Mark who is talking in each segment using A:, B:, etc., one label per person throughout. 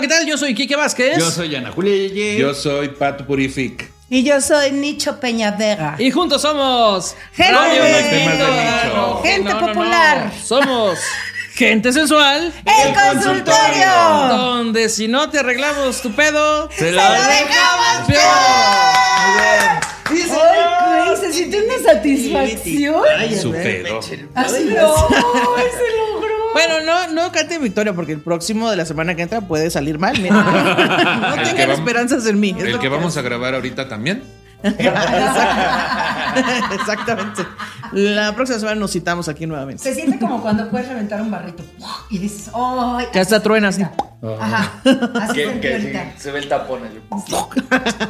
A: ¿qué tal? Yo soy Quique Vázquez.
B: Yo soy Ana Julia Yeye.
C: Yo soy Pato Purific.
D: Y yo soy Nicho Peñavera.
A: Y juntos somos.
D: Gente.
A: Radio
D: Ay,
A: Maldito.
C: temas de
A: Ah, no,
C: nicho.
D: Gente
A: no, no, no.
D: popular.
A: Somos. Gente sensual.
D: ¡El consultorio!
A: Donde si no te arreglamos tu pedo.
B: Se
D: ¡Te lo dejamos
A: Peor.
D: peor!
B: Muy bien.
D: ¡Ay, güey! Se siente una satisfacción.
C: Su pedo.
D: Así no, ¡Ay, se logró!
E: Bueno, no, no canten victoria porque el próximo de la semana que entra puede salir mal. Mira. No
C: El que
E: tengan
C: vam-
E: esperanzas en mí. es
C: El
E: lo
C: que vamos a grabar ahorita también.
E: Exacto. Exactamente. La próxima semana nos citamos aquí nuevamente.
D: Se siente como cuando puedes reventar un barrito y dices, ¡ay!
E: Ya está truena así.
D: Ajá, así
F: Que,
D: sentí
F: que
D: ahorita.
F: se ve el tapón. así.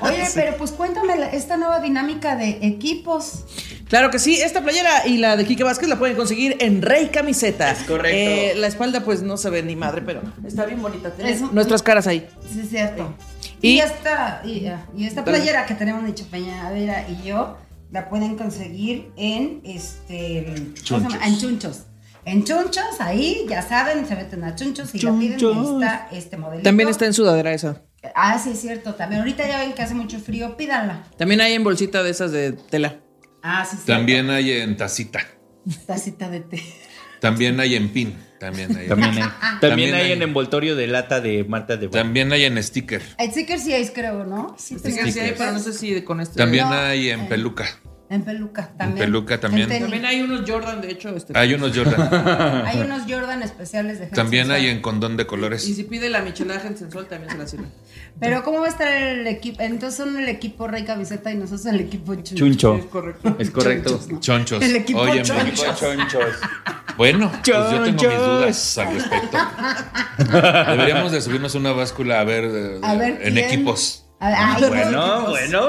D: Oye, pero pues cuéntame la- esta nueva dinámica de equipos.
E: Claro que sí, esta playera y la de Quique Vázquez la pueden conseguir en Rey Camiseta.
F: Es correcto.
E: Eh, la espalda pues no se ve ni madre, pero está bien bonita. Tiene
D: Es un-
E: Nuestras caras ahí.
D: Sí, es cierto.
E: Y-
D: Y, esta, y, ah, y esta playera que tenemos de Chapeñadera y yo la pueden conseguir en este ¿cómo se llama? en chunchos. En chunchos, ahí ya saben, se meten a chunchos y la piden.
E: Chunchos.
D: Está este modelo.
E: También está en sudadera esa.
D: Ah, sí, es cierto. También ahorita ya ven que hace mucho frío, pídanla.
E: También hay en bolsita de esas de tela.
D: Ah, sí, sí.
C: También hay en tacita.
D: Tacita de té.
C: También hay en pin. También hay.
B: También hay, también
C: También
B: hay
C: hay.
B: en envoltorio de lata de Marta de Baile.
C: También hay en sticker.
D: El sticker sí es, creo, ¿no? Sí, tengo
E: Sí, hay,
D: stickers.
E: Este pero no sé si con este.
C: También
D: No,
C: hay en
D: eh.
C: peluca.
D: En peluca también.
C: peluca también.
D: En tenis.
E: También hay unos Jordan, de hecho. Este,
C: Hay unos Jordan.
D: Hay unos Jordan especiales de gente
C: También hay
D: sensual.
C: en condón de
E: Y
C: colores.
E: si pide la michelaje sensual también se la sirve.
D: Pero ¿cómo va a estar el equipo? Entonces son el equipo Rey Camiseta y nosotros el equipo Chuncho.
E: Es
B: Chuncho.
E: correcto.
B: Es correcto.
C: Chonchos.
D: El equipo
C: Óyeme.
D: choncho.
F: Chonchos.
C: Bueno, pues yo tengo mis
B: Chonchos.
C: dudas al respecto. Deberíamos de subirnos una báscula a ver, eh,
D: A ver
C: en
D: quién-
C: equipos.
D: A- ay,
B: Bueno,
D: no,
B: bueno.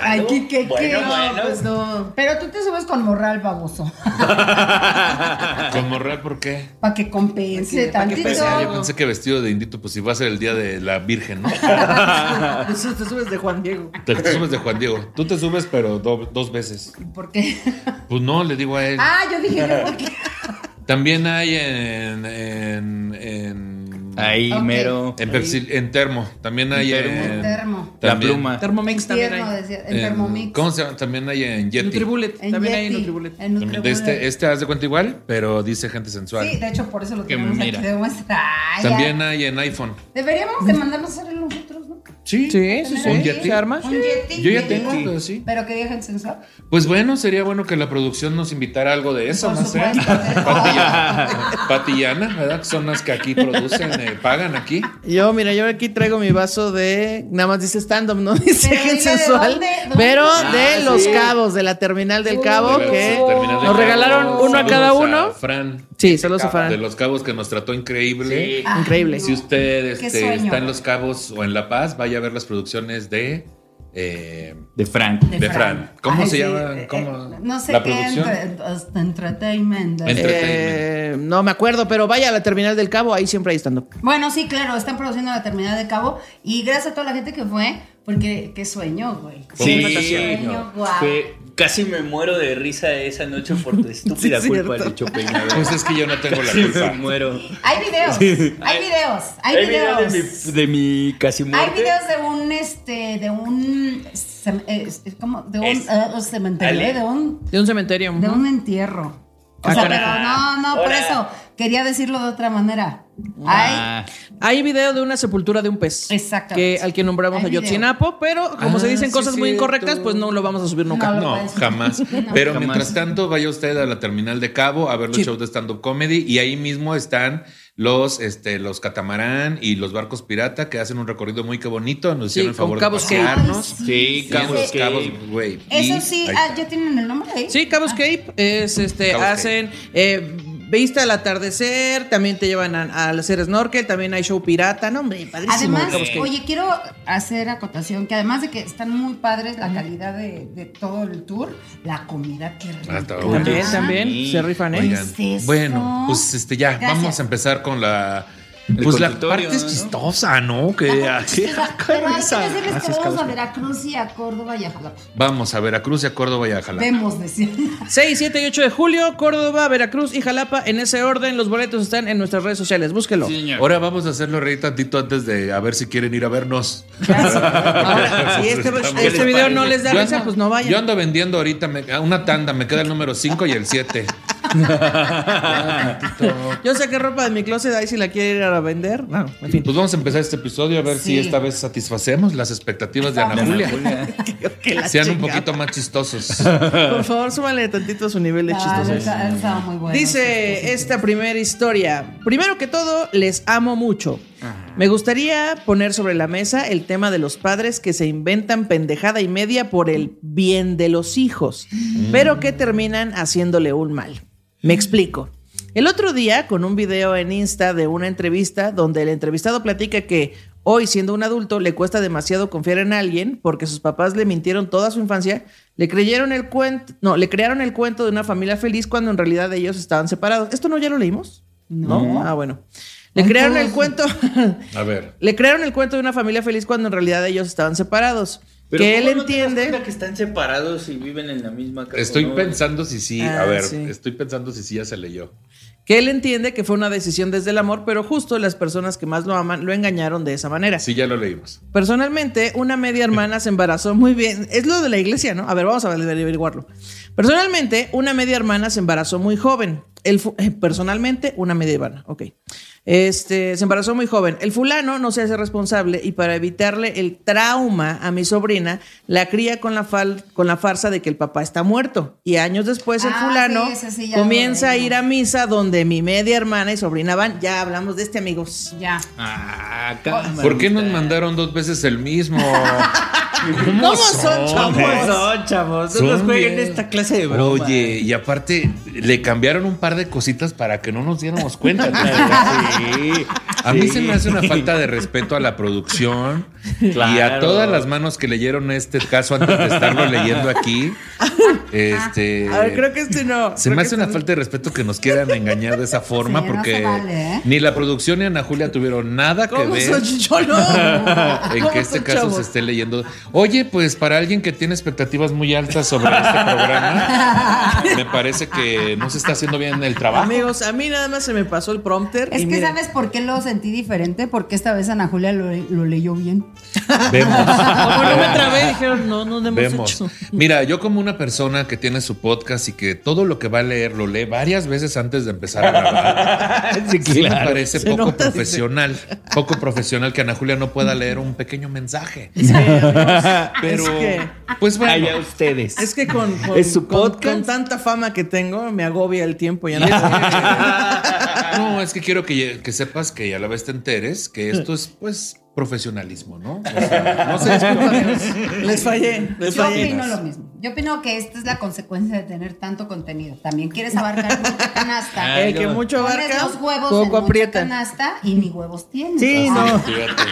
D: Ay, qué, qué,
F: Bueno,
D: qué.
F: bueno.
D: Pues no. Pero tú te subes con morral, baboso.
C: Con morral, ¿por qué?
D: Para que compense
E: Pa' que- pa' que
C: O
D: tantito.
C: sea, yo pensé que vestido de indito, pues iba a ser el día de la Virgen, ¿no?
E: Ah, Eso te subes de Juan Diego.
C: Te, te subes de Juan Diego. Tú te subes, pero do- dos veces.
D: ¿Por qué?
C: Pues no, le digo a él.
D: Ah, yo dije, yo ¿por qué?
C: Eh, También hay en. en. en.
B: Ahí,
D: Ok.
B: mero.
C: en Pepsi- en termo. También hay en.
B: termo.
D: En termo.
B: La
C: también-
B: pluma.
E: Thermomix también
D: Tierno,
E: hay.
D: decía, en
C: en-
D: Thermomix.
C: ¿Cómo se llama? También hay en Yeti.
E: Nutribullet.
D: En
E: También hay
D: Yeti,
E: Nutribullet.
D: en
C: También de Este,
D: Nutribullet.
C: este haz de cuenta igual, pero dice gente sensual.
D: Sí, de hecho, por eso lo
B: Que
D: tenemos
B: mira.
D: aquí de muestra. Ay, ya.
C: También hay en iPhone.
D: Deberíamos de mandarnos a hacer nosotros, ¿no?
C: Sí.
E: Sí, sí, sí.
C: ¿Un Yeti?
E: ¿Se arma?
D: Un Yeti.
C: Yo ya
D: que
C: tengo,
D: diga-
C: pero sí.
D: Pero que digan sensual.
C: Pues bueno, sería bueno que la producción nos invitara algo de eso,
D: Por
C: no sé.
D: supuesto.
C: Patillana, Patillana, ¿verdad? Que Son las que aquí producen, eh, pagan aquí.
E: Yo, mira, yo aquí traigo mi vaso de. Nada más dice stand-up, no dice
D: Pero
E: que
D: dile de
E: sensual.
D: dónde, dónde.
E: Pero
D: Ah,
E: de
B: sí.
E: Los Cabos, de la terminal del
D: Uh,
E: Cabo,
C: Pero
E: que
C: se termina de
E: nos regalaron
C: Cabos.
E: uno a cada
C: Saludos
E: uno.
C: Fran
E: Sí, saludos a
C: de
E: Fran.
C: los Cabos que nos trató increíble.
B: Sí.
D: Ay,
E: Increíble.
D: no.
C: Si usted este,
D: Qué sueño.
C: está en Los Cabos o en La Paz, vaya a ver las producciones de eh,
B: De Frank.
C: de Fran. ¿Cómo
D: Ay,
C: se
D: sí,
C: llama?
D: eh,
C: ¿Cómo?
D: eh, no sé
C: la
D: qué.
C: producción.
D: entre- hasta entertainment.
C: Entre-
E: Eh, no me acuerdo, pero vaya a la terminal del Cabo, ahí siempre hay stand-up.
D: Eh, Bueno, sí, claro, están produciendo la terminal de cabo. Y gracias a toda la gente que fue, porque qué sueño, güey.
C: Fue un
B: Sí.
D: sueño, guau.
F: Fue- casi me muero de risa esa noche por tu estúpida
E: Sí, es
B: culpa
E: cierto.
B: de Chopeña.
C: Pues es que yo no tengo la
B: Casi me
C: culpa.
B: muero.
D: Hay videos, hay videos, hay
B: video
D: videos.
B: de mi, de mi casi
D: Hay
B: muerte.
D: videos de un, este, de un, cem- eh, es- ¿cómo? De un
F: Es-
D: eh, cementerio,
F: Ale.
D: eh, de un,
E: De un cementerio.
D: de un entierro. O
E: Ah,
D: sea,
E: caray.
D: pero no, no, por
F: Ahora.
D: eso quería decirlo de otra manera. Hay,
B: Ah,
E: Hay video de una sepultura de un pez.
D: Exactamente.
E: Que, al que nombramos
D: Hay
E: a Yotzinapo, pero como
B: Ah,
E: se dicen
B: sí,
E: cosas muy
B: cierto.
E: incorrectas, pues no lo vamos a subir nunca.
D: No.
C: No, jamás. Pero
B: Jamás.
C: mientras tanto, vaya usted a la terminal de Cabo a ver los
E: Sí.
C: shows de stand-up comedy y ahí mismo están los, este, los catamarán y los barcos pirata que hacen un recorrido muy que bonito. Nos
E: Sí,
C: hicieron el
E: con
C: favor de
E: Cabos Cape.
C: pasearnos.
D: Ay,
B: sí,
C: Sí,
B: Cabos
C: los
B: Cape.
C: cabos, güey.
D: eso
C: Y
D: sí,
C: ahí
D: ah,
C: está.
D: ¿ya tienen el nombre ahí?
E: Sí, Cabos Cape es este,
C: Ah. Cabos Cape.
E: hacen eh, vista al atardecer, también te llevan a- al hacer snorkel, también hay show pirata, no hombre, padrísimo.
D: Además,
E: Cabos Cape.
D: oye, quiero hacer acotación que además de que están muy padres la calidad de, de todo el tour, la comida que rica.
C: está bueno.
E: también,
D: Ajá.
E: también
B: Sí.
E: se rifan, ¿eh?
C: Oigan,
D: ¿Qué es eso?
C: bueno, pues este ya
D: Gracias.
C: vamos a empezar con la
F: El
C: Pues la
F: consultorio,
C: parte es
F: ¿no?
C: chistosa, ¿no? Que
D: Pero hay que
C: esa-
D: decirles que vamos a Veracruz y a Córdoba y a Jalapa.
C: Vamos a Veracruz y a Córdoba y a Jalapa.
D: Vemos, decía.
A: 6, 7 y 8 de julio, Córdoba, Veracruz y Jalapa. En ese orden, los boletos están en nuestras redes sociales. Búsquelo.
C: Ahora vamos a hacerlo reír tantito antes de a ver si quieren ir a vernos.
E: Pues Ahora, si este,
C: Estamos-
E: este video no les da
C: Yo
E: risa,
C: ando-
E: pues no
C: Yo
E: vayan.
C: ando vendiendo ahorita me- a una tanda, me queda el número 5 y el 7.
E: Yo saqué ropa de mi closet, ahí si la quiere ir a vender. No, en fin.
C: Pues vamos a empezar este episodio a ver si
D: Sí.
C: esta vez satisfacemos las expectativas de Ana
F: Ana
C: Julia.
F: Julia.
E: Que la
C: Sean un
E: chingada.
C: poquito más chistosos.
E: Por favor, súmale tantito a su nivel de
D: Ah,
E: chistoso.
D: Estaba estaba muy bueno.
E: Dice esta primera historia. Primero que todo, les amo mucho. Me gustaría poner sobre la mesa el tema de los padres que se inventan pendejada y media por el bien de los hijos, pero que terminan haciéndole un mal. Me explico. El otro día, con un video en Insta de una entrevista donde el entrevistado platica que hoy, siendo un adulto, le cuesta demasiado confiar en alguien porque sus papás le mintieron toda su infancia, le creyeron el cuento, no, le crearon el cuento de una familia feliz cuando en realidad ellos estaban separados. ¿Esto no ya lo leímos?
D: No.
E: Ah, bueno. Le
D: Ay,
E: crearon
D: todos.
E: el cuento.
C: A ver.
E: le crearon el cuento de una familia feliz cuando en realidad ellos estaban separados.
F: Pero
E: que
F: ¿cómo
E: él
F: no te das cuenta
E: entiende.
F: que están separados y viven en la misma casa.
C: Estoy
F: ¿no?
C: pensando si sí. a
E: Ah,
C: ver,
E: sí.
C: estoy pensando si sí ya se leyó.
E: Que él entiende que fue una decisión desde el amor, pero justo las personas que más lo aman lo engañaron de esa manera.
C: Sí, ya lo leímos.
E: Personalmente, una media hermana se embarazó muy bien. Es lo de la iglesia, ¿no? A ver, vamos a aver- averiguarlo. Personalmente, una media hermana se embarazó muy joven. El fu- eh, personalmente, una media hermana, ok. Este, se embarazó muy joven. El fulano no se hace responsable y para evitarle el trauma a mi sobrina, la cría con la, fal- con la farsa de que el papá está muerto. Y años después el
D: Ah,
E: fulano
D: sí, ese sí ya lo
E: comienza a
D: leí.
E: ir a misa donde mi media hermana y sobrina van. Ya hablamos de este, amigos.
D: Ya.
F: Ah, cámara.
C: ¿Por qué nos mandaron dos veces el mismo?
E: ¿Cómo, son, chavos?
F: ¿Cómo son, chavos? No nos
C: Son
F: jueguen
C: bien.
F: esta clase de broma.
C: Oye, y aparte le cambiaron un par de cositas para que no nos diéramos cuenta. Sí. A mí se me hace una falta de respeto a la producción y a
F: Claro.
C: todas las manos que leyeron este caso antes de estarlo leyendo aquí. Este,
E: A ver, creo que este no.
C: se
E: Creo
C: me
E: que
C: hace una
E: este no.
C: falta de respeto que nos quieran engañar de esa forma
D: Sí, no
C: porque
D: se vale, ¿eh?
C: ni la producción ni Ana Julia tuvieron nada que
E: ¿Cómo
C: ver.
E: son cholo?
C: en
E: ¿Cómo
C: que este
E: son
C: caso
E: chavos?
C: se esté leyendo. Oye, pues para alguien que tiene expectativas muy altas sobre este programa, me parece que no se está haciendo bien el trabajo.
E: Amigos, a mí nada más se me pasó el prompter.
D: Es
E: y
D: que
E: miren,
D: sabes por qué lo sentí diferente, porque esta vez Ana Julia lo, lo leyó bien.
C: Vemos.
A: Como no me trabé, dijeron, no, no, no hemos
C: Vemos.
A: hecho.
C: Mira, yo como una persona que tiene su podcast y que todo lo que va a leer lo lee varias veces antes de empezar a grabar, sí me parece
E: Se
C: poco
E: nota, dice.
C: profesional, poco profesional que Ana Julia no pueda leer un pequeño mensaje. Pero,
E: Es que-
C: pues bueno,
F: Allá ustedes.
E: Es que con, con-
B: Es su
E: con-
B: podcast.
E: con tanta fama que tengo, me agobia el tiempo. Ya no-
C: No, es que quiero que, que sepas que y a la vez te enteres que esto es, pues, profesionalismo, ¿no? O sea, no se disculpa, amigos.
E: les fallé, les
D: Yo
E: fallé.
D: opino lo mismo. Yo opino que esta es la consecuencia de tener tanto contenido. También quieres abarcar mucha canasta.
E: El Eh, que mucho
D: Pones
E: abarca,
D: los huevos en
E: poco
D: mucha
E: aprieta.
D: canasta y ni huevos tienes.
E: Sí, no.
C: Fíjate.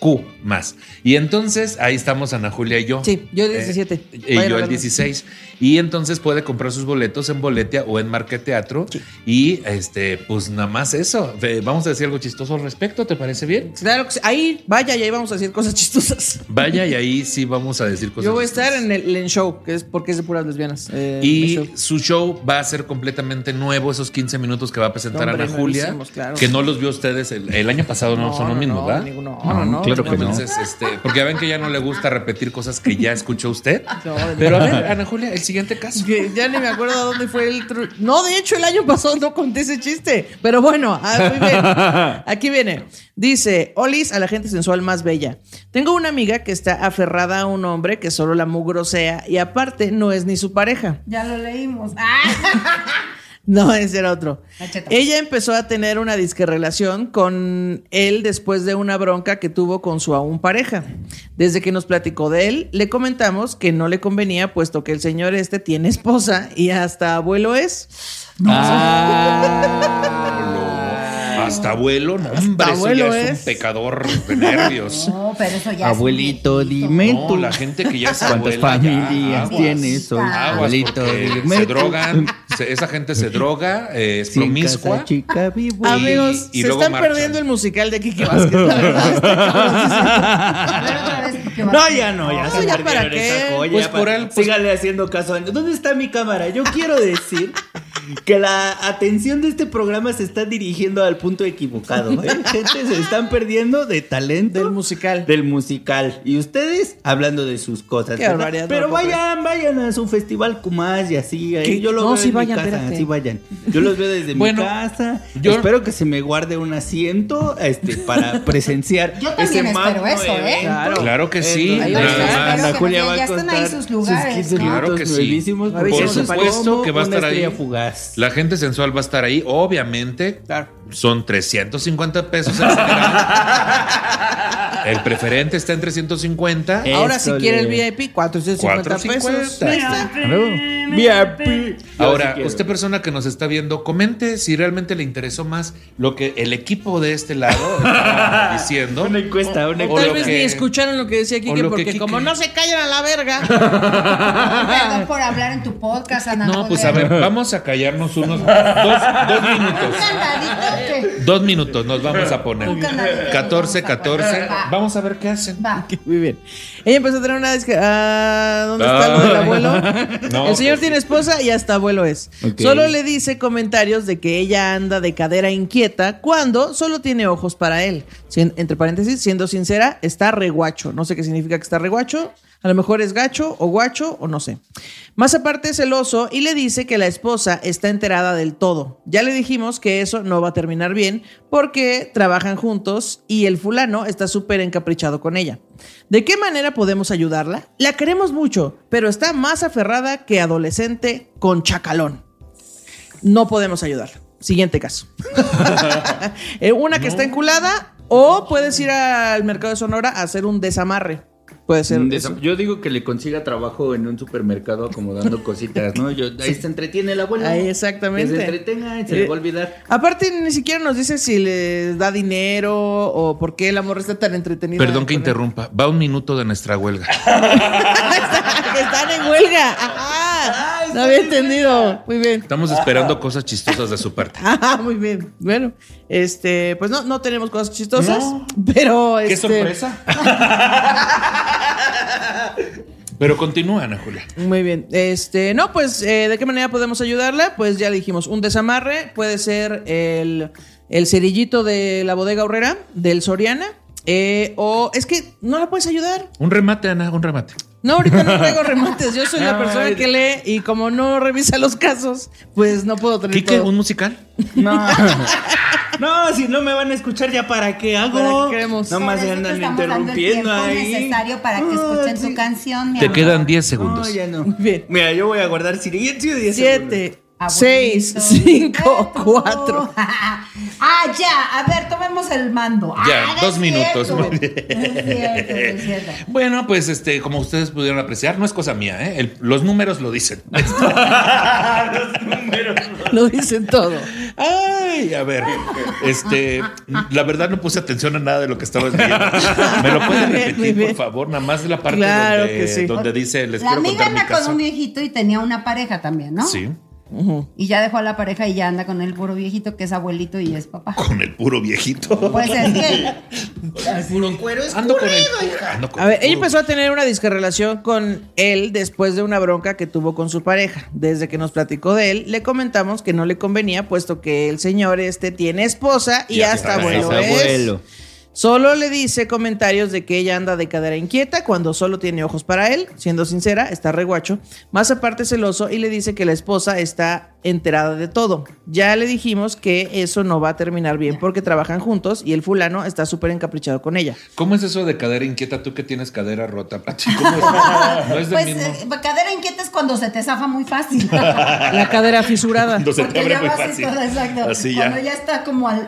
C: Q más. Y entonces ahí estamos Ana Julia y yo.
E: Sí, yo el
C: Eh,
E: 17.
C: y
E: Vayan
C: yo el
E: hablando.
C: 16. Y entonces puede comprar sus boletos en Boletia o en Marqueteatro. Y este, pues nada más eso. Ve, Vamos a decir algo chistoso al respecto, ¿te parece bien?
E: Claro que sí. Ahí, vaya, y ahí vamos a decir cosas chistosas.
C: Vaya, y ahí sí vamos a decir cosas.
E: Yo voy a
C: chistosas.
E: estar en el en show, que es porque es de puras lesbianas. eh,
C: Y
E: el show.
C: su show va a ser completamente nuevo, esos 15 minutos que va a presentar
E: Hombre,
C: Ana Julia,
E: nuevísimos, claro.
C: que no los vio ustedes el, el año pasado, no,
E: No,
C: son los
E: no,
C: mismos,
E: no,
C: ¿verdad?
E: ninguno. No, no, no,
B: claro que no.
C: Entonces, este, porque ya ven que ya no le gusta repetir cosas que ya escuchó usted.
E: No, de
C: Pero a ver, Ana Julia, el siguiente caso.
E: Que ya ni me acuerdo a dónde fue el tru- No, de hecho, el año pasado no conté ese chiste. Pero bueno, ah, muy bien. aquí viene. Dice: Olis a la gente sensual más bella. Tengo una amiga que está aferrada a un hombre que solo la mugrosea y aparte no es ni su pareja.
D: Ya lo leímos. Ah,
E: No, ese era otro.
D: Macheta.
E: Ella empezó a tener una disque relación con él después de una bronca que tuvo con su aún pareja. Desde que nos platicó de él, le comentamos que no le convenía, puesto que el señor este tiene esposa y hasta abuelo es.
F: Ah,
C: Hasta abuelo, no, hombre, eso
E: abuelo
C: ya es,
E: es.
C: un pecador de nervios.
D: no, pero eso ya es
B: Abuelito,
D: un viejito.
B: dime.
C: No, la gente que ya es
B: ¿Cuántas
C: abuela, ya, ah,
B: familias
C: aguas.
B: tienes hoy?
D: Aguas,
C: Abuelito,
B: Abuelito, dime
C: se
B: tú.
C: drogan, se- esa gente se droga, eh, es
B: Sin casa,
C: promiscua.
B: chica vivo.
E: Amigos,
C: y
E: se
C: luego
E: están
C: marchan.
E: perdiendo el musical de Kiki Vázquez, la verdad. Este cabrón sí
D: A ver, otra vez, porque va a
B: No,
D: ser-
B: ya no, ya.
E: Eso
B: se
E: ya
B: perdió.
E: para
F: Pero esa
E: qué.
F: joya,
C: Pues
F: pa-
C: por él, pues-
F: Síganle haciendo caso. ¿Dónde está mi cámara? Yo quiero decir que la atención de este programa se está dirigiendo al punto equivocado. ¿eh? Gente, se están perdiendo de talento.
E: Del musical.
F: Del musical. Y ustedes hablando de sus cosas.
E: Qué
F: ¿verdad?
E: barbaridad,
F: Pero
E: no lo puedo
F: vayan, vayan a su festival Kumás y así. ahí
E: ¿Qué?
F: Yo lo
E: No,
F: veo
E: sí
F: en mi
E: vayan,
F: casa,
E: espérate.
F: sí vayan. Yo los veo desde
C: Bueno,
F: mi casa.
C: yo-
F: Espero que se me guarde un asiento este, para presenciar.
D: Yo también
F: ese
D: espero
F: magno
D: eso, ¿eh?
F: evento.
E: Claro.
C: Claro que sí.
E: Ahí
F: Entonces,
E: va a estar,
C: Nada
D: claro
C: más.
D: que ya- ya están ahí sus lugares, ¿no?
C: Claro que sí. Por supuesto que va a estar ahí.
F: fugaz.
C: La gente sensual va a estar ahí. Obviamente, son 350 pesos. el general. el preferente está en 350.
F: Eh,
E: Ahora, si
F: Eso
E: quiere el
F: le-
E: VIP, 450 pesos.
C: 450.
E: Ahí está.
C: Ahora, usted persona que nos está viendo, comente si realmente le interesó más lo que el equipo de este lado está diciendo.
F: Una encuesta, una
E: O
C: o
E: tal
C: lo
E: vez
C: que-
E: ni escucharon lo que decía
C: o
E: Kike,
C: lo que
E: porque
C: Kike-
E: como no se callan a la verga.
D: Perdón por hablar en tu podcast, Ana.
C: No, pues a
D: Joder.
C: ver, vamos a callarnos unos dos, dos
D: ¿Un
C: minutos.
D: candadito o qué?
C: Dos minutos nos vamos a poner.
D: Un canal.
C: 14, 14.
D: Va.
C: Vamos a ver qué hacen.
D: Va.
E: Muy bien. Ella empezó a tener una disque. Ah, ¿dónde está lo del
C: Ay.
E: abuelo?
C: No,
E: el señor
C: pues
E: tiene esposa y hasta abuelo es.
B: Ok.
E: Solo le dice comentarios de que ella anda de cadera inquieta cuando solo tiene ojos para él. Sin- entre paréntesis, siendo sincera, está reguacho. No sé qué significa que está reguacho. A lo mejor es gacho o guacho o no sé. Más aparte es celoso y le dice que la esposa está enterada del todo. Ya le dijimos que eso no va a terminar bien porque trabajan juntos y el fulano está súper encaprichado con ella. ¿De qué manera podemos ayudarla? La queremos mucho, pero está más aferrada que adolescente con chacalón. No podemos ayudarla. Siguiente caso. Eh, Una que está enculada o puedes ir al mercado de Sonora a hacer un desamarre. Puede ser.
B: Mm,
E: eso.
B: desa- Yo digo que le consiga trabajo en un supermercado acomodando cositas, ¿no? Yo, ahí se entretiene la abuela.
E: Ahí, exactamente. Eh,
B: Que se entretenga y se le va a olvidar.
E: Aparte, ni siquiera nos dice si le da dinero o por qué el amor está tan entretenido.
C: Perdón que interrumpa. Va un minuto de nuestra huelga.
E: Están en huelga. Ajá. no había entendido. Muy bien.
C: Estamos esperando cosas chistosas de su parte.
E: Ajá, muy bien. Bueno, este, pues no, no tenemos cosas chistosas, pero
C: ¡Qué
E: este,
C: sorpresa! Pero continúa, Ana Julia.
E: Muy bien. Este, no, pues, eh, ¿de qué manera podemos ayudarla? Pues ya le dijimos, un desamarre puede ser el, el cerillito de la bodega horrera, del Soriana. eh, o es que no la puedes ayudar.
C: Un remate, Ana, un remate.
E: No, ahorita no traigo remates. Yo soy la
C: Ah,
B: No,
E: persona
B: es-
E: que lee y como no revisa los casos, pues no puedo tener
C: Quique,
E: todo.
C: un musical.
F: No. No, si no me van a escuchar, ¿ya para qué hago?
E: ¿Para qué queremos?
F: No más
D: Por
F: se
D: eso te
F: andan
D: estamos dando el
F: interrumpiendo
D: tiempo
F: ahí.
D: necesario para que
F: Ah,
D: escuchen
F: sí.
D: tu canción, mi
C: Te
D: amor.
C: quedan 10
F: No,
C: segundos.
F: ya no.
E: Bien.
F: Mira, yo voy a guardar silencio 10
E: Siete,
D: Abuelito,
E: seis, cinco,
D: perro.
E: cuatro.
D: ah, ya. A ver, tomemos el mando.
C: Ya,
D: Ah,
C: dos
D: es
C: minutos,
D: cierto.
C: muy bien.
D: Es cierto, es cierto.
C: Bueno, pues este, como ustedes pudieron apreciar, no es cosa mía, ¿eh? El- los números lo dicen.
E: Lo dicen todo.
C: Ay, a ver, este, la verdad no puse atención a nada de lo que estabas viendo. ¿Me lo pueden
E: Muy bien, muy
C: repetir,
E: bien.
C: por favor? Nada más la parte
E: Claro
C: donde,
E: que sí.
C: donde dice, les
D: La
C: quiero
D: amiga
C: contar mi
D: anda con
C: caso.
D: un viejito y tenía una pareja también, ¿no?
C: Sí,
D: Y ya dejó a la pareja y ya anda con el puro viejito que es abuelito y es papá.
C: con el puro viejito.
D: Pues es que
C: Ando con el puro- ando Ah, con
E: A ver,
C: el
E: ella
C: puro-
E: empezó a tener una discarrelación con él después de una bronca que tuvo con su pareja. Desde que nos platicó de él, le comentamos que no le convenía, puesto que el señor este tiene esposa y,
C: Y
E: hasta
C: hasta
E: abuelo
F: Es
E: es.
F: abuelo.
E: Solo le dice comentarios de que ella anda de cadera inquieta cuando solo tiene ojos para él. Siendo sincera, está reguacho. Más aparte celoso y le dice que la esposa está enterada de todo. Ya le dijimos que eso no va a terminar bien porque trabajan juntos y el fulano está súper encaprichado con ella.
C: ¿Cómo es eso de cadera inquieta? Tú que tienes cadera rota, Pachi, ¿cómo es? No es del
D: pues
C: mismo.
D: eh, cadera inquieta es cuando se te zafa muy fácil.
E: La cadera fisurada.
C: Cuando se te
D: Porque
C: abre
D: ya
C: muy
D: lo haces
C: fácil.
D: todo, exacto.
C: Así
D: Cuando
C: ya.
D: ya está como al-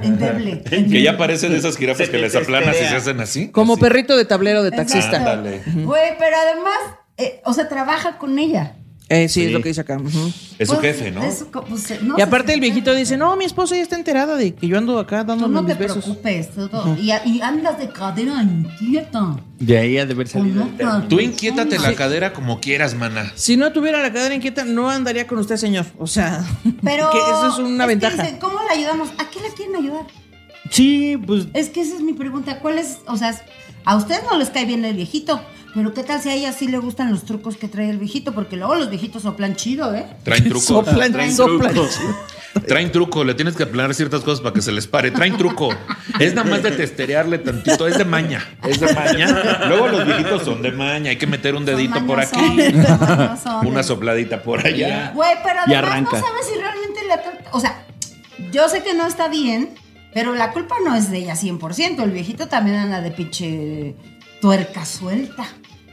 D: endeble.
C: Que ya parecen esas jirafas
F: Se
C: que
F: te
C: les aplanas y
F: testerea.
C: se hacen así.
E: Como
C: así.
E: perrito de tablero de
D: Exacto.
E: taxista.
C: Ándale.
D: Güey, pero además, eh, o sea, trabaja con ella.
E: Eh, sí, es
F: Sí.
E: lo que dice acá. ujú.
C: Es su
D: Pues,
C: jefe, ¿no?
D: es su co- pues, eh, no
E: Y
D: sé
E: aparte
D: si-
E: el viejito dice, no, mi esposa ya está enterada de que yo ando acá
D: Tú
E: dándole
D: no te
E: mis besos.
D: preocupes. tú no- y, y andas de cadera inquieta.
F: De ahí ha de haber salido. el tema.
C: Tú inquiétate la cadera como quieras, mana.
E: Si no tuviera la cadera inquieta, no andaría con usted, señor. O sea,
D: Pero.
E: que eso es una
D: que
E: ventaja.
D: dicen, ¿Cómo la ayudamos? ¿A qué la quieren ayudar?
F: Sí, pues
D: Es que esa es mi pregunta. ¿Cuál es? O sea, a ustedes no les cae bien el viejito. Pero ¿qué tal si a ella sí le gustan los trucos que trae el viejito? Porque luego los viejitos soplan chido, ¿eh?
C: Traen truco.
E: soplan, soplan.
C: Traen truco. Le tienes que aplanar ciertas cosas para que se les pare. Traen truco. Es nada más de testerearle tantito. Es de maña. Es de maña. Luego los viejitos son de maña. Hay que meter un dedito por aquí. Una
D: Una
C: sopladita por allá.
D: Güey, pero
F: Y
D: además
F: arranca.
D: no sabes si realmente la trata- O sea, yo sé que no está bien, pero la culpa no es de ella 100%. El viejito también anda de pinche tuerca suelta.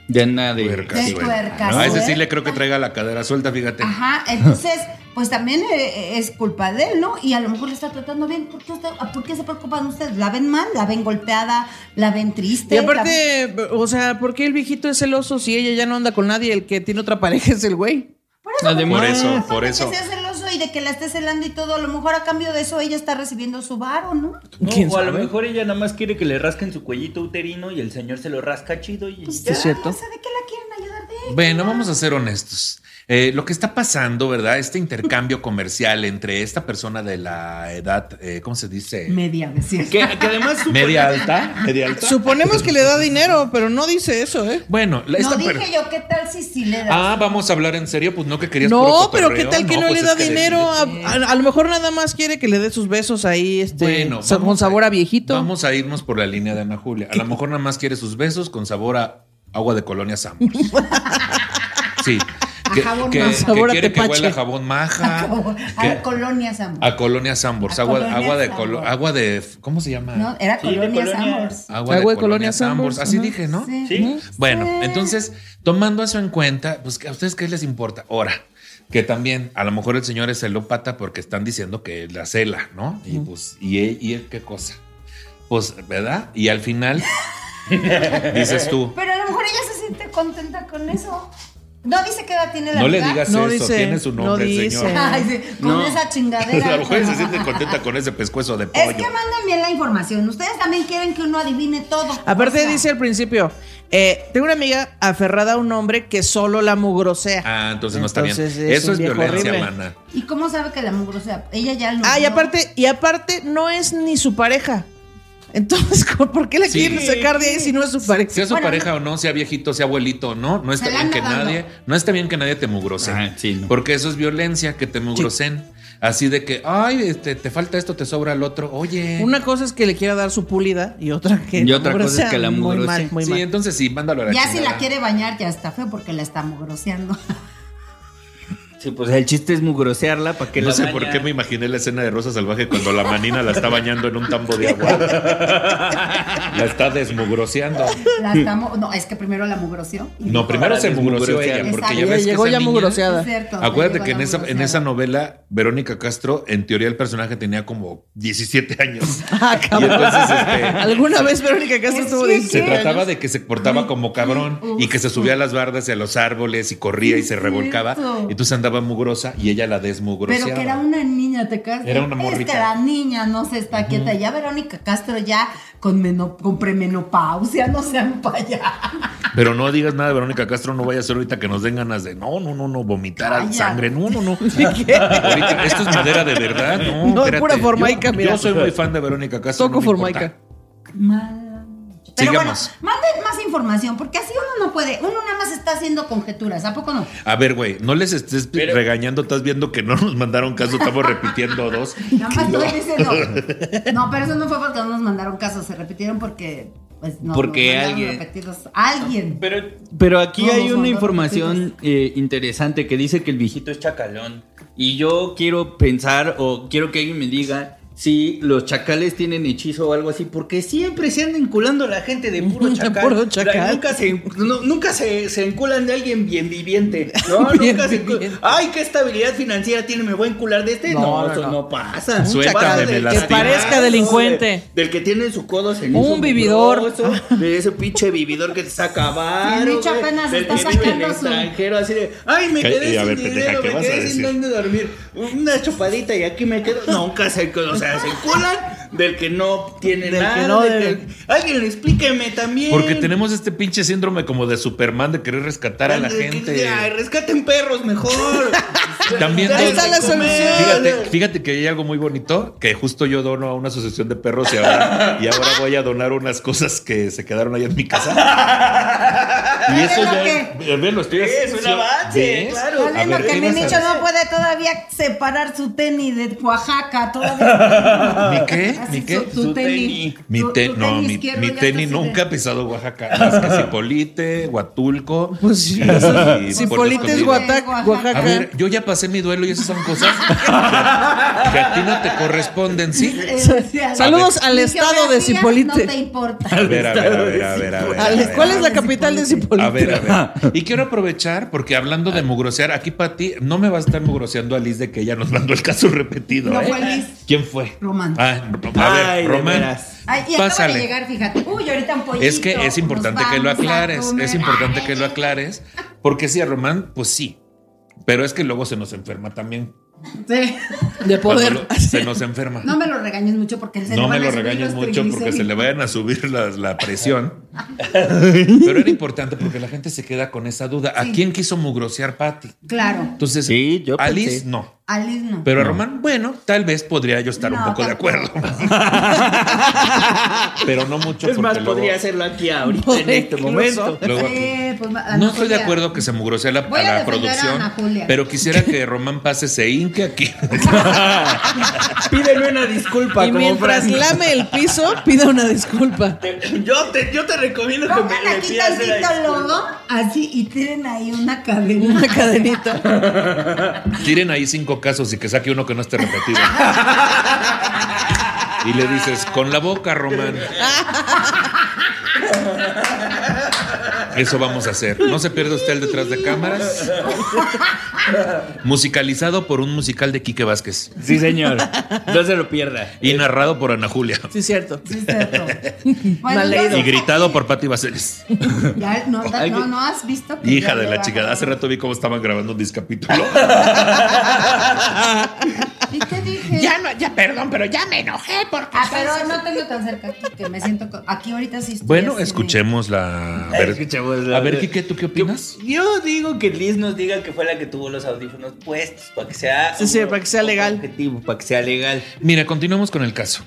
F: ya nadie.
C: Tuerca
D: De
C: suelta,
D: tuerca
C: ¿no? A ese sí
D: suelta.
C: le creo que traiga la cadera suelta, fíjate.
D: Ajá, entonces, pues también eh, es culpa de él, ¿no? Y a lo mejor la está tratando bien. ¿Por qué, usted- por qué se preocupan ustedes? ¿La ven mal? ¿La ven golpeada? ¿La ven triste?
E: Y
D: ¿La-
E: aparte, o sea, ¿por qué el viejito es celoso si ella ya no anda con nadie? El que tiene otra pareja es el güey.
C: Por
F: Además,
C: eso,
D: Aparte
C: por
D: que
C: eso.
D: sea celoso y de que la esté celando y todo, a lo mejor a cambio de eso ella está recibiendo su varo, ¿no?
B: No,
E: ¿Quién
B: o a lo
E: sabe?
B: mejor ella nada más quiere que le rasquen su cuellito uterino y el señor se lo rasca chido y
D: Pues
B: ya.
E: es cierto.
D: No sé de qué la quieren ayudar de ella.
C: Bueno, vamos a ser honestos. Eh, lo que está pasando, ¿verdad? Este intercambio comercial entre esta persona de la edad, eh, ¿cómo se dice?
D: Media, decía.
F: que, que además su-
C: Media alta. Media alta.
E: Suponemos que le da dinero, pero no dice eso, ¿eh?
C: Bueno, la- esta
D: no
C: per-
D: dije yo qué tal si sí le da.
C: Ah, vamos a hablar en serio, pues no que querías puro
E: No,
C: cotorreo.
E: pero ¿qué tal que no,
C: pues
E: le
C: es
E: da
C: que
E: dinero? A, a- a lo mejor nada más quiere que le dé sus besos ahí, este,
C: Bueno,
E: sa- con
C: vamos
E: sabor
C: a-
E: a viejito.
C: Vamos a irnos por la línea de Ana Julia. A lo mejor nada más quiere sus besos con sabor a agua de colonia Sambors. Sí.
D: A
C: Que,
D: jabón
C: que-
D: maja.
C: que
E: Sabor a
C: quiere que
E: tepache.
C: huela a jabón maja.
D: A,
C: que-
D: Colonia Sambor.
C: a colonia Sambors.
D: A
C: Agua,
D: Colonia
C: agua de
D: Sambor.
C: colo- agua de ¿cómo se llama?
D: No, era
B: Sí, de
D: Colonia
B: Colonia.
D: Sambors.
C: Agua,
E: Agua
C: de, colonia Sambors.
E: Sambors,
C: Así
E: ajá.
C: dije, Ah, ¿no?
D: Sí.
B: ¿Sí?
C: Bueno,
D: Sí.
C: entonces, tomando eso en cuenta, pues ¿a ustedes qué les importa? Ahora, que también a lo mejor el señor es celópata porque están diciendo que la cela, ¿no? Y pues, ¿y él, y él qué cosa? Pues, ¿verdad? Y al final, dices tú,
D: Pero a lo mejor ella se siente contenta con eso. No dice qué edad tiene la
C: no le
D: amiga?
C: digas
E: No
C: eso,
E: dice,
C: tiene su
E: no
C: nombre,
E: dice.
C: el señor.
D: Ay, sí, con
B: No.
D: esa chingadera.
C: La mujer se siente contenta con ese pescuezo de pollo.
D: Es que mandan bien la información. Ustedes también quieren que uno adivine todo.
E: Aparte
D: O sea,
E: dice al principio, eh, tengo una amiga aferrada a un hombre que solo la mugrosea.
C: Ah, entonces no está bien.
E: Entonces es
C: Eso
E: un
C: es
E: viejo
C: violencia,
E: horrible.
C: mana.
D: ¿Y cómo sabe que la mugrosa? Ella ya lo.
E: Ah, y
D: vio.
E: aparte, y aparte no es ni su pareja. Entonces, ¿cómo- ¿por qué la
C: Sí.
E: quieren sacar de ahí si no es su pareja?
C: Sea su
D: Bueno,
C: pareja o no, sea viejito, sea abuelito o no, no está
D: Se la
C: bien que
D: anda dando.
C: nadie, no está bien que nadie te mugrose.
B: Ah, sí, no.
C: Porque eso es violencia, que te mugrosen. Así de que, ay, este, te falta esto, te sobra el otro. Oye.
E: Una cosa es que le quiera dar su pulida y otra que
B: Y
E: la
B: otra cosa es
E: mugrosea.
B: que la
E: Muy
B: mugrosea.
E: mal, muy
C: sí,
E: mal.
C: entonces sí, mándalo a la
D: Ya si
C: chingada.
D: la quiere bañar, ya está feo porque la está mugroseando.
F: Sí, pues el chiste es mugrosearla para que
C: No
F: la
C: sé
F: baña.
C: por qué me imaginé la escena de Rosa Salvaje cuando la manina la está bañando en un tambo de agua. la está desmugroseando.
E: Mm.
D: La está mu- no, es que primero la mugroseó. y
C: No,
D: dijo,
C: primero
B: la
C: se mugroseó ella, porque ya
B: desmugroseó.
D: Exacto.
E: Ella
C: ves que
E: llegó
C: esa
E: ya
C: niña-
E: mugroseada.
D: "Es cierto, ya
C: Acuérdate
D: llegó
C: que
D: la
C: en esa, en
D: mugroseada".
C: esa novela, Verónica Castro, en teoría el personaje tenía como 17 años.
E: Ah, cabrón.
C: Y entonces, este-
E: ¿Alguna vez Verónica Castro
D: Es
E: estuvo
D: cierto.
C: Se
E: 17
C: trataba
E: años?
C: de que se portaba como cabrón
D: Uf,
C: y que se subía a las bardas y a los árboles y corría y se
D: es
C: revolcaba.
D: cierto.
C: Entonces andaba mugrosa y ella la desmugroseaba.
D: Pero que era una niña, te casas.
C: Era una
D: Es
C: morrita.
D: que la niña no se está quieta. Ya Verónica Castro ya con, meno- con premenopausia, no sean para allá.
C: Pero no digas nada, Verónica Castro, no vaya a ser ahorita que nos den ganas de no, no, no, no, vomitar
D: Calla.
C: sangre. No, no, no. Ahorita, esto es madera de verdad,
E: No,
C: no.
E: es
C: espérate.
E: pura formaica,
C: yo,
E: mira.
C: Yo soy muy fan de Verónica Castro.
E: Toco
C: no me importa.
E: formaica.
D: Mal. Pero
C: Sigamos.
D: bueno, manden más información, porque así uno no puede. Uno nada más está haciendo conjeturas, ¿a poco no?
C: A ver, güey, no les estés regañando, estás viendo que no nos mandaron caso, estamos repitiendo dos.
D: Nada más estoy diciendo. No, pero eso no fue porque no nos mandaron casos, se repitieron porque. Pues no.
F: Porque
D: nos mandaron
F: alguien-
D: repetidos. Alguien.
B: Pero,
F: Pero aquí
D: No,
F: hay
D: no,
F: una
D: no,
F: información eh, interesante que dice que el viejito es chacalón. Y yo quiero pensar o quiero que alguien me diga si los chacales tienen hechizo o algo así, porque siempre se andan enculando a la gente de puro
E: De
F: chacal.
E: puro
F: La-
E: chacal.
F: Nunca, se, no- nunca se, se enculan de alguien bien viviente. No,
E: Bien
F: nunca se encu-
E: viviente.
F: Ay, qué estabilidad financiera tiene, me voy a encular de este.
E: No,
F: No,
E: no,
F: eso
E: no.
F: no, pasa.
C: Suéltame,
F: Pasa
C: me
F: del
C: lastima.
E: Que parezca delincuente.
F: Del, que tiene su codo cenizo
E: Un vividor.
F: mugroso, de ese pinche vividor que te saca varo,
D: El bicho
F: güey,
D: apenas
F: del
D: está
F: que vive en
D: sacando su-
F: extranjero, así de, ay, me
C: ¿Qué? Y
F: quedé
C: a
F: sin
C: ver, pendeja,
F: dinero,
C: ¿qué
F: me
C: vas a
F: quedé sin
C: decir?
F: dónde dormir, una chupadita y aquí me quedo. Nunca se, o sea, se culan del que no tiene
E: Del que
F: nada.
E: no
F: de
E: debe.
F: que- alguien explíqueme también.
C: Porque tenemos este pinche síndrome como de Superman de querer rescatar a la
F: Del que-
C: gente.
F: Ay, rescaten perros mejor.
C: También
F: Dale
C: Ahí está
F: de
E: la
F: comer.
E: solución.
C: Fíjate, fíjate que hay algo muy bonito que justo yo dono a una asociación de perros y ahora, y ahora voy a donar unas cosas que se quedaron ahí en mi casa. Y eso
D: ¿Pero
C: ya
D: qué?
C: ve, lo estoy
F: Es un avance,
C: ¿Ves?
F: claro.
D: Vale,
C: A
D: no,
C: ver,
D: que
C: ¿qué
D: mi
C: ibas a
D: nicho no
C: decir?
D: puede todavía separar su tenis de Oaxaca. Todavía.
C: ¿Mi qué?
D: Así
C: ¿Mi qué?
D: su- Tu
F: Su
D: tenis.
F: tenis.
C: Mi,
D: Tu-
C: te-
D: tu
C: no,
D: tenis
C: mi,
D: izquierdo
C: mi
D: ya
C: tenis
D: está así de-
C: nunca ha pisado Oaxaca. Más que Cipolite, Huatulco.
E: Pues sí.
C: y- y
E: Si
C: Puerto
E: Polite es
C: Escondido.
E: Guatac-
D: Oaxaca.
E: Oaxaca.
C: A ver, yo ya pasé mi duelo y esas son cosas que, que a ti no te corresponden, ¿sí?
D: Eh, o sea,
E: Saludos
D: mi
E: al estado de
D: geografía No te
E: Cipolite.
C: A
D: importa.
C: ver, a ver, a ver, a ver, a ver, a
E: Al-
C: ver.
E: ¿Cuál es la capital de Cipolite?
C: A ver, a ver. Y quiero aprovechar, porque hablando de mugrosear, aquí Pati, no me va a estar mugroseando a Liz de que ella nos mandó el caso repetido.
D: No
C: ¿eh?
D: fue Liz.
C: ¿Quién fue?
D: Román.
C: Ah, Ro- a ver,
F: Ay, de
C: Román.
F: veras.
D: Ay, y acaba de llegar, fíjate. Uy, ahorita un pollito.
C: Es que es importante
D: Nos
C: que lo
D: vamos a
C: aclares.
D: comer.
C: Es importante
D: Ay,
C: que lo aclares. Porque sí, a Román, pues sí. Pero es que luego se nos enferma también.
D: sí.
E: De
C: Cuando
E: poder.
C: lo- se nos enferma.
D: No me lo regañes mucho porque se le
C: No me
D: van a
C: lo
D: subir
C: regañes
D: los
C: mucho porque se le
D: triglicéridos.
C: vayan a subir la, la presión. Pero era importante porque la gente se queda con esa duda. ¿A quién quiso mugrosear Patty?
D: Claro.
C: Entonces,
F: Sí, yo
C: a Liz
F: pensé.
C: no.
D: Alice no.
C: Pero a Román, bueno, tal vez podría yo estar un
D: No,
C: poco de
D: tampoco.
C: acuerdo. Pero no mucho.
F: Es más,
C: porque luego-
F: podría hacerlo aquí ahorita en este momento.
C: luego aquí.
D: Eh, pues, a
C: No
D: Ana
C: estoy de
D: Julia.
C: acuerdo que se mugrose a la,
D: Voy
C: a la
D: a defender a
C: producción,
D: Ana Julia.
C: pero quisiera que Román pase se hinque aquí.
F: Pídeme una disculpa,
E: y
F: como
E: mientras
F: Frank.
E: lame el piso, pida una disculpa.
F: Yo te, yo te recomiendo que
D: Pongan
F: me le
D: aquí
F: pidas una
D: tantito
F: disculpa.
D: lodo, así, y tiren ahí una cadena.
E: Una cadenita.
C: Tiren ahí cinco casos y que saque uno que no esté repetido. Y le dices, con la boca, Román. Eso vamos a hacer. No se pierda usted el detrás de cámaras. Musicalizado por un musical de Quique Vázquez.
F: Sí, señor. No se lo pierda.
C: Y narrado por Ana Julia.
E: Sí, cierto.
D: Sí, es cierto.
E: Mal
D: ya-
E: leído.
C: Y gritado por Patti Baselis.
D: Ya, no,
F: Ay,
D: no,
F: güey.
D: no has visto que
C: Hija
D: ya
C: de
D: le
C: la
D: bajaron.
C: chica. Hace rato vi cómo estaban grabando un discapítulo.
D: ¿Y qué dije?
C: no, ya, perdón, pero ya me enojé porque.
D: Ah, pero no tengo tan cerca aquí que me siento. co- Aquí ahorita sí estoy.
C: Bueno,
D: así de-
C: escuchemos la. A ver,
F: Escuchémosla.
C: a ver, Quique, ¿tú qué opinas?
F: Yo digo que Liz nos diga que fue la que tuvo los audífonos puestos para que sea.
E: Sí, sí,
F: un-
E: para que sea
F: un
E: legal.
F: Objetivo, para que sea legal.
C: Mira, continuamos con el caso.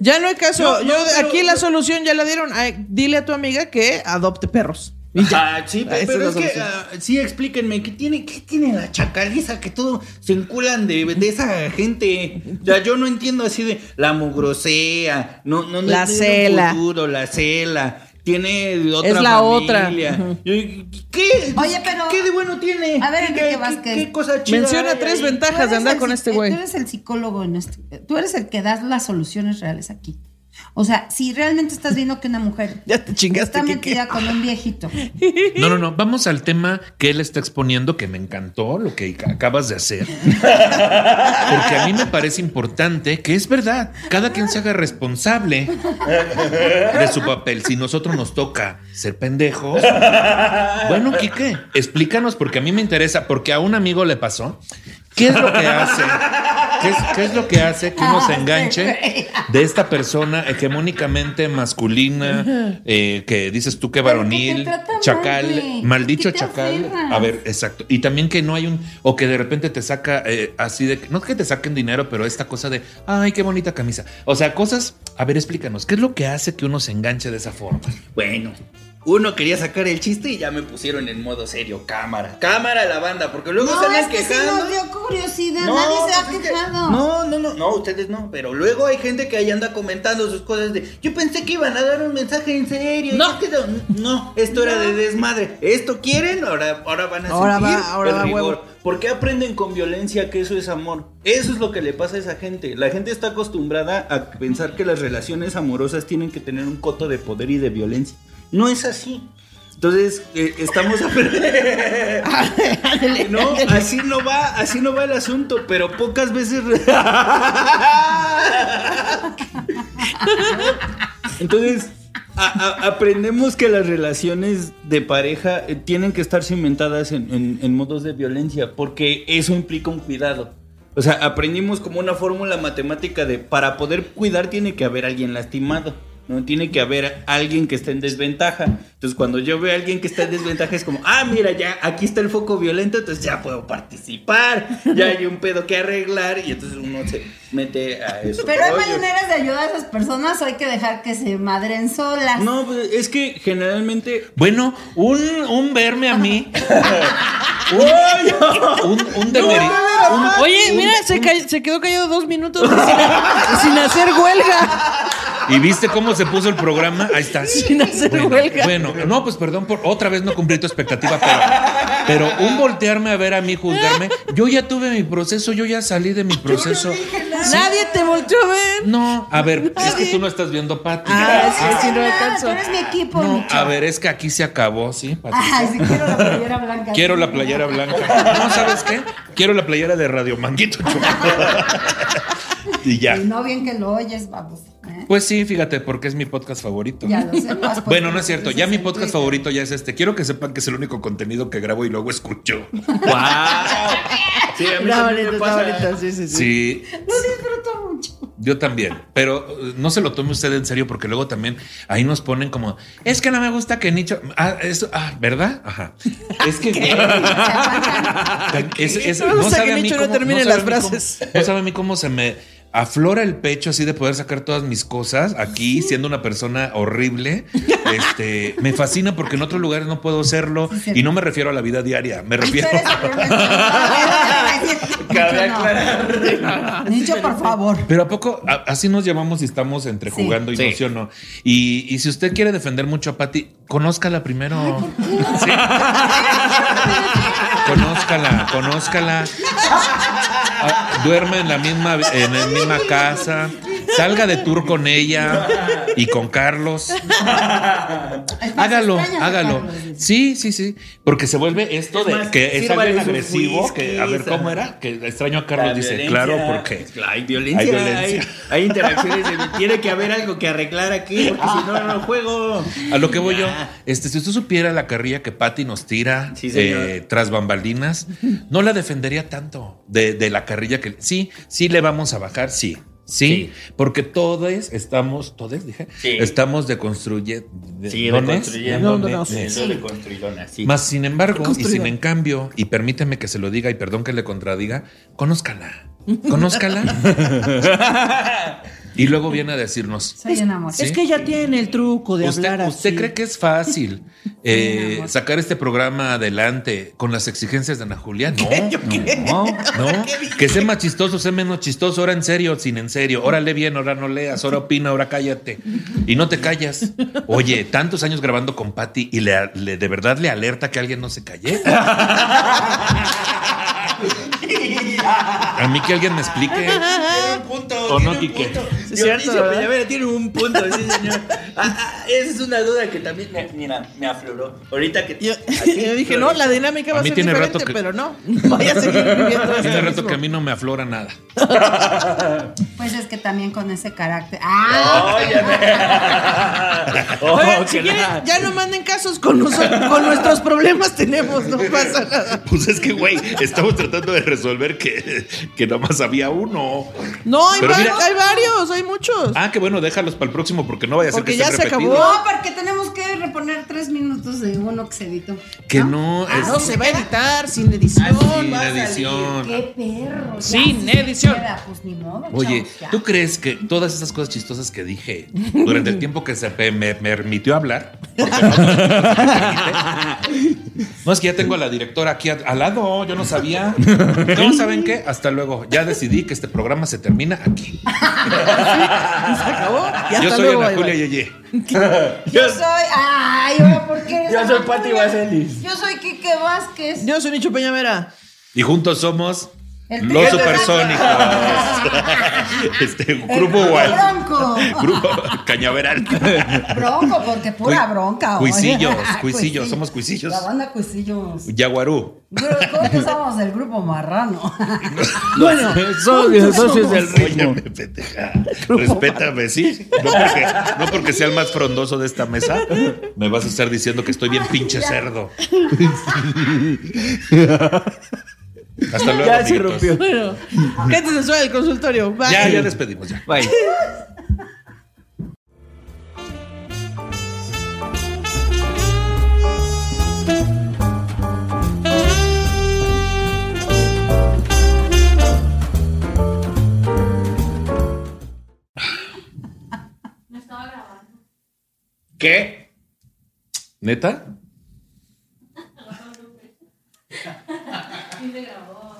E: Ya no hay caso.
F: No, no,
E: Yo,
F: pero-
E: aquí la solución ya la dieron. Ay, dile a tu amiga que adopte perros. Y ya.
F: Ah, sí,
E: Ah,
F: pe-
E: esa es
F: pero
E: la
F: es que
E: solución.
F: ah, sí, explíquenme, ¿qué tiene, ¿qué tiene la chacaliza que todo se enculan de, de esa gente? O sea, yo no entiendo así de la mugrosea, no, no, no
E: La
F: tiene un
E: cela.
F: futuro, la cela, tiene otra
E: Es la otra.
F: familia.
E: Ujú.
F: Yo digo, ¿Qué?
D: Oye, pero-
F: ¿Qué de bueno tiene?
D: A ver,
F: ¿Qué-
D: Enrique
F: qué-
D: Vázquez.
F: ¿Qué cosa chida?
E: Menciona
F: hay
E: tres
F: ahí?
D: Tú
E: ventajas
D: eres
E: de andar
D: el
E: con
D: psi-
E: este güey.
D: Tú eres el psicólogo en este. Tú eres el que das las soluciones reales aquí. O sea, si realmente estás viendo que una mujer
E: Ya te
D: está
E: chingaste. Kike.
D: metida con un viejito.
C: No, no, no. Vamos al tema que él está exponiendo, que me encantó lo que ca- acabas de hacer. Porque a mí me parece importante que es verdad. Cada quien se haga responsable de su papel. Si nosotros nos toca ser pendejos. Bueno, Quique, explícanos, porque a mí me interesa, porque a un amigo le pasó. ¿Qué es lo que hace? ¿Qué es, qué es lo que hace que uno se enganche de esta persona hegemónicamente masculina, eh, que dices tú que
D: Pero que te
C: varonil,
D: trata mal,
C: chacal,
D: güey.
C: maldito
D: Que te
C: chacal.
D: aferras.
C: A ver, exacto. Y también que no hay un, o que de repente te saca eh, así de, que- no es que te saquen dinero, pero esta cosa de, ay, qué bonita camisa. O sea, cosas, a ver, explícanos, ¿qué es lo que hace que uno se enganche de esa forma?
F: Bueno, uno quería sacar el chiste y ya me pusieron en modo serio, cámara. Cámara la banda, porque luego
D: No,
F: salen
D: es que sí
F: quejando.
D: nos dio curiosidad. Nadie se
F: pues
D: ha
F: es que-
D: quejado.
F: No, no, no, no, ustedes no. Pero luego hay gente que ahí anda comentando sus cosas de. Yo pensé que iban a dar un mensaje en serio. y
E: No.
F: yo quedo- no, esto era de desmadre. Esto quieren, ahora, ahora van a
E: Ahora
F: sentir
E: va- ahora
F: el
E: va huevo.
F: rigor. ¿Por qué aprenden con violencia que eso es amor? Eso es lo que le pasa a esa gente. La gente está acostumbrada a pensar que las relaciones amorosas tienen que tener un coto de poder y de violencia. No es así. Entonces, eh, estamos No, así no va, así no va el asunto, pero pocas veces. Entonces, a- a- aprendemos que las relaciones de pareja eh, tienen que estar cimentadas en, en- en modos de violencia, porque eso implica un cuidado. O sea, aprendimos como una fórmula matemática de para poder cuidar tiene que haber alguien lastimado. No tiene que haber alguien que esté en desventaja. Entonces, cuando yo veo a alguien que está en desventaja, es como, ah, mira, ya aquí está el foco violento, entonces ya puedo participar. Ya hay un pedo que arreglar. Y entonces uno se mete a eso.
D: Pero hay maneras de ayudar a esas personas, o hay que dejar que se madren solas.
F: No, pues, es que generalmente
C: Bueno, un, un verme a mí.
F: Ah,
C: un, un, un demeri- un-
E: Oye, mira, se, call- se quedó callado dos minutos y sin, sin hacer huelga.
C: ¿Y viste cómo se puso el programa? Ahí está.
E: Sin hacer
C: bueno,
E: huelga.
C: bueno, no, pues perdón por otra vez no cumplí tu expectativa, pero, pero un voltearme a ver a mí, juzgarme. Yo ya tuve mi proceso, yo ya salí de mi proceso.
E: Nadie te volteó a ver.
C: No, a ver, es que tú no estás viendo, Pati.
E: Ah, sí, sí, no
D: Ah,
E: alcanzo.
D: Tú eres mi equipo,
C: No,
D: Micho.
C: a ver, es que aquí se acabó, ¿sí, Pati?
D: Ay, Ah, sí, quiero la playera blanca.
C: Quiero la playera blanca. No, ¿sabes qué? Quiero la playera de Radio Manguito. Chocolate. y ya.
D: Y no bien que lo oyes, vamos. ¿eh?
C: Pues sí, fíjate, porque es mi podcast favorito.
D: Ya lo sé. más porque
C: Bueno, no es cierto.
D: dices
C: Ya mi
D: en
C: podcast
D: Twitter.
C: favorito ya es este. Quiero que sepan que es el único contenido que grabo y luego escucho.
F: ¡Wow! Sí, a mí
E: Está
F: también
E: bonito,
F: me
E: está
F: pasa.
E: bonito. Sí, sí, sí.
C: Sí.
D: Lo disfruto mucho.
C: Yo también, pero eh, no se lo tome usted en serio porque luego también ahí nos ponen como, es que no me gusta que Nicho, ah, eso, ah, ¿verdad? Ajá. Es que Es- es-
E: Me gusta que
C: a mí
E: Nicho no termine
C: sabe
E: las
C: a mí cómo-
E: frases.
C: no sabe a mí cómo se me aflora el pecho así de poder sacar todas mis cosas aquí, siendo una persona horrible. Este, me fascina porque en otros lugares no puedo serlo
D: Sí, sí.
C: y no me refiero a la vida diaria, me
D: Ay, tú
C: refiero.
D: eres el problema.
C: Cabe
D: Nicho, no. Nicho, por favor.
C: Pero a poco a- así nos llamamos y estamos entre
D: Sí.
C: jugando y
F: Sí.
C: no, ¿sí o no? Y, y si usted quiere defender mucho a Patty, conózcala primero. Sí. Conózcala, conózcala. Ah, Duerma en la misma, en la misma casa. Salga de tour con ella y con Carlos.
D: Es más,
C: Hágalo,
D: extrañas a
C: hágalo.
D: Carlos, dice.
C: Sí, sí, sí. Porque se vuelve esto de
F: más,
C: que es
F: sírvale
C: alguien
F: sus
C: agresivo.
F: whiskies,
C: Que, a ver, ¿cómo
F: ah.
C: era? Que extraño a Carlos. Dice, claro, porque.
F: Hay violencia.
C: Hay
F: Hay,
C: violencia.
F: hay interacciones. de- tiene que haber algo que arreglar aquí, porque si no, no juego.
C: A lo que voy yo,
F: Ya.
C: este, si usted supiera la carrilla que Patty nos tira
F: Sí, señor.
C: eh, tras bambalinas, no la defendería tanto de, de la carrilla que sí, sí le vamos a bajar, sí. Sí, porque todos estamos, todos dije,
F: Sí.
C: estamos deconstruyendo.
F: Sí,
E: No, no, no, sí,
F: Eso de construidona, sí.
C: Más sin embargo, y
E: Construido.
C: sin en cambio, y permíteme que se lo diga y perdón que le contradiga, conózcala, conózcala. y luego viene a decirnos,
D: Soy un amor.
C: Sí.
E: Es que ella tiene el truco de
C: ¿Usted,
E: hablar así.
C: usted cree que es fácil eh,
D: Ay, mi amor.
C: sacar este programa adelante con las exigencias de Ana Julia? No, no,
E: qué?
C: no, no. Que sea más chistoso, sea menos chistoso. Ahora en serio, sin en serio. Ahora lee bien, ahora no leas, ahora opina, ahora cállate. Y no te callas. Oye, tantos años grabando con Patty y le, le- de verdad le alerta que alguien no se calle. A mí que alguien me explique.
E: Ah,
F: Tiene un punto.
C: ¿O
F: tiene
C: no,
F: un
C: Quique?
F: punto.
E: Sí, es
F: Dionisio
E: cierto, ¿verdad?
F: Peñavera tiene un punto, sí, señor. Ah, ah, esa es una duda que también me, mira, me afloró. Ahorita que.
E: Yo,
F: aquí-
E: yo dije, no, la dinámica va
C: A
E: a
C: mí
E: ser
C: tiene rato
E: diferente,
C: que-
E: pero no. Vaya a seguir viviendo
C: Tiene
E: esto
C: rato
E: mismo.
C: que a mí no me aflora nada.
D: Pues es que también con ese carácter. ¡Ah!
F: Óyeme. Oh,
E: Oigan, si
F: que
E: quieren,
F: la-
E: ya no manden casos con, noso- con nuestros problemas tenemos, no pasa nada.
C: Pues es que, güey, estamos tratando de resolver que, que nada más había uno.
E: No, hay,
C: Pero
E: var-
C: mira-
E: hay varios, hay muchos.
C: Ah, que bueno, déjalos para el próximo porque no vaya a ser
E: Porque
C: que
E: ya
C: estén
E: se
C: repetidos.
E: acabó.
D: No, porque tenemos que reponer tres minutos de uno que se editó.
C: Que no, es
E: Ah, no se va a editar sin edición.
C: sin
E: va a salir.
C: edición.
D: ¡Qué perro! Ya,
A: Sin
D: si se
A: edición.
D: queda, Pues ni modo.
C: Oye,
D: chavos, ya.
C: ¿tú crees que todas esas cosas chistosas que dije durante el tiempo que se pe- me, me permitió hablar? porque no, No, es que ya tengo a la directora aquí a- al lado, yo no sabía. No, ¿saben qué? Hasta luego. Ya decidí que este programa se termina aquí.
E: Se acabó. Y hasta
C: Yo soy
E: luego,
C: Ana
E: bye, bye.
C: Julia Yeye.
D: Yo soy. ¡Ay, ahora por qué eres
F: Yo soy
D: Ana
F: Pati
D: Julia?
F: Vaselis.
D: Yo soy Quique Vázquez.
E: Yo soy Nicho Peñavera.
C: Y juntos somos los
D: El Trío de
C: supersónicos. este grupo
D: El
C: Wild.
D: Bronco.
C: Grupo Cañaveral.
D: Bronco, porque pura
C: Cui-
D: bronca.
C: cuisillos,
D: oye. Ah,
C: cuisillos,
D: Cuisillos.
C: somos cuisillos.
D: La banda Cuisillos.
C: Yaguarú.
D: Gru- ¿Cómo que somos del grupo marrano?
E: Bueno,
F: Socios, socios del ritmo.
C: Óyeme, pendeja. Respétame, sí. No porque, no porque sea el más frondoso de esta mesa, me vas a estar diciendo que estoy bien pinche cerdo. Hasta luego.
F: Ya se
C: amiguitos.
F: rompió.
E: bueno. Gente sensual del consultorio. Bye.
C: Ya, ya despedimos ya.
F: Bye.
C: ¿Qué? ¿Neta?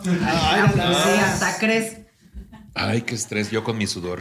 D: Sí, hasta crees.
C: Ay, qué estrés, yo con mi sudor.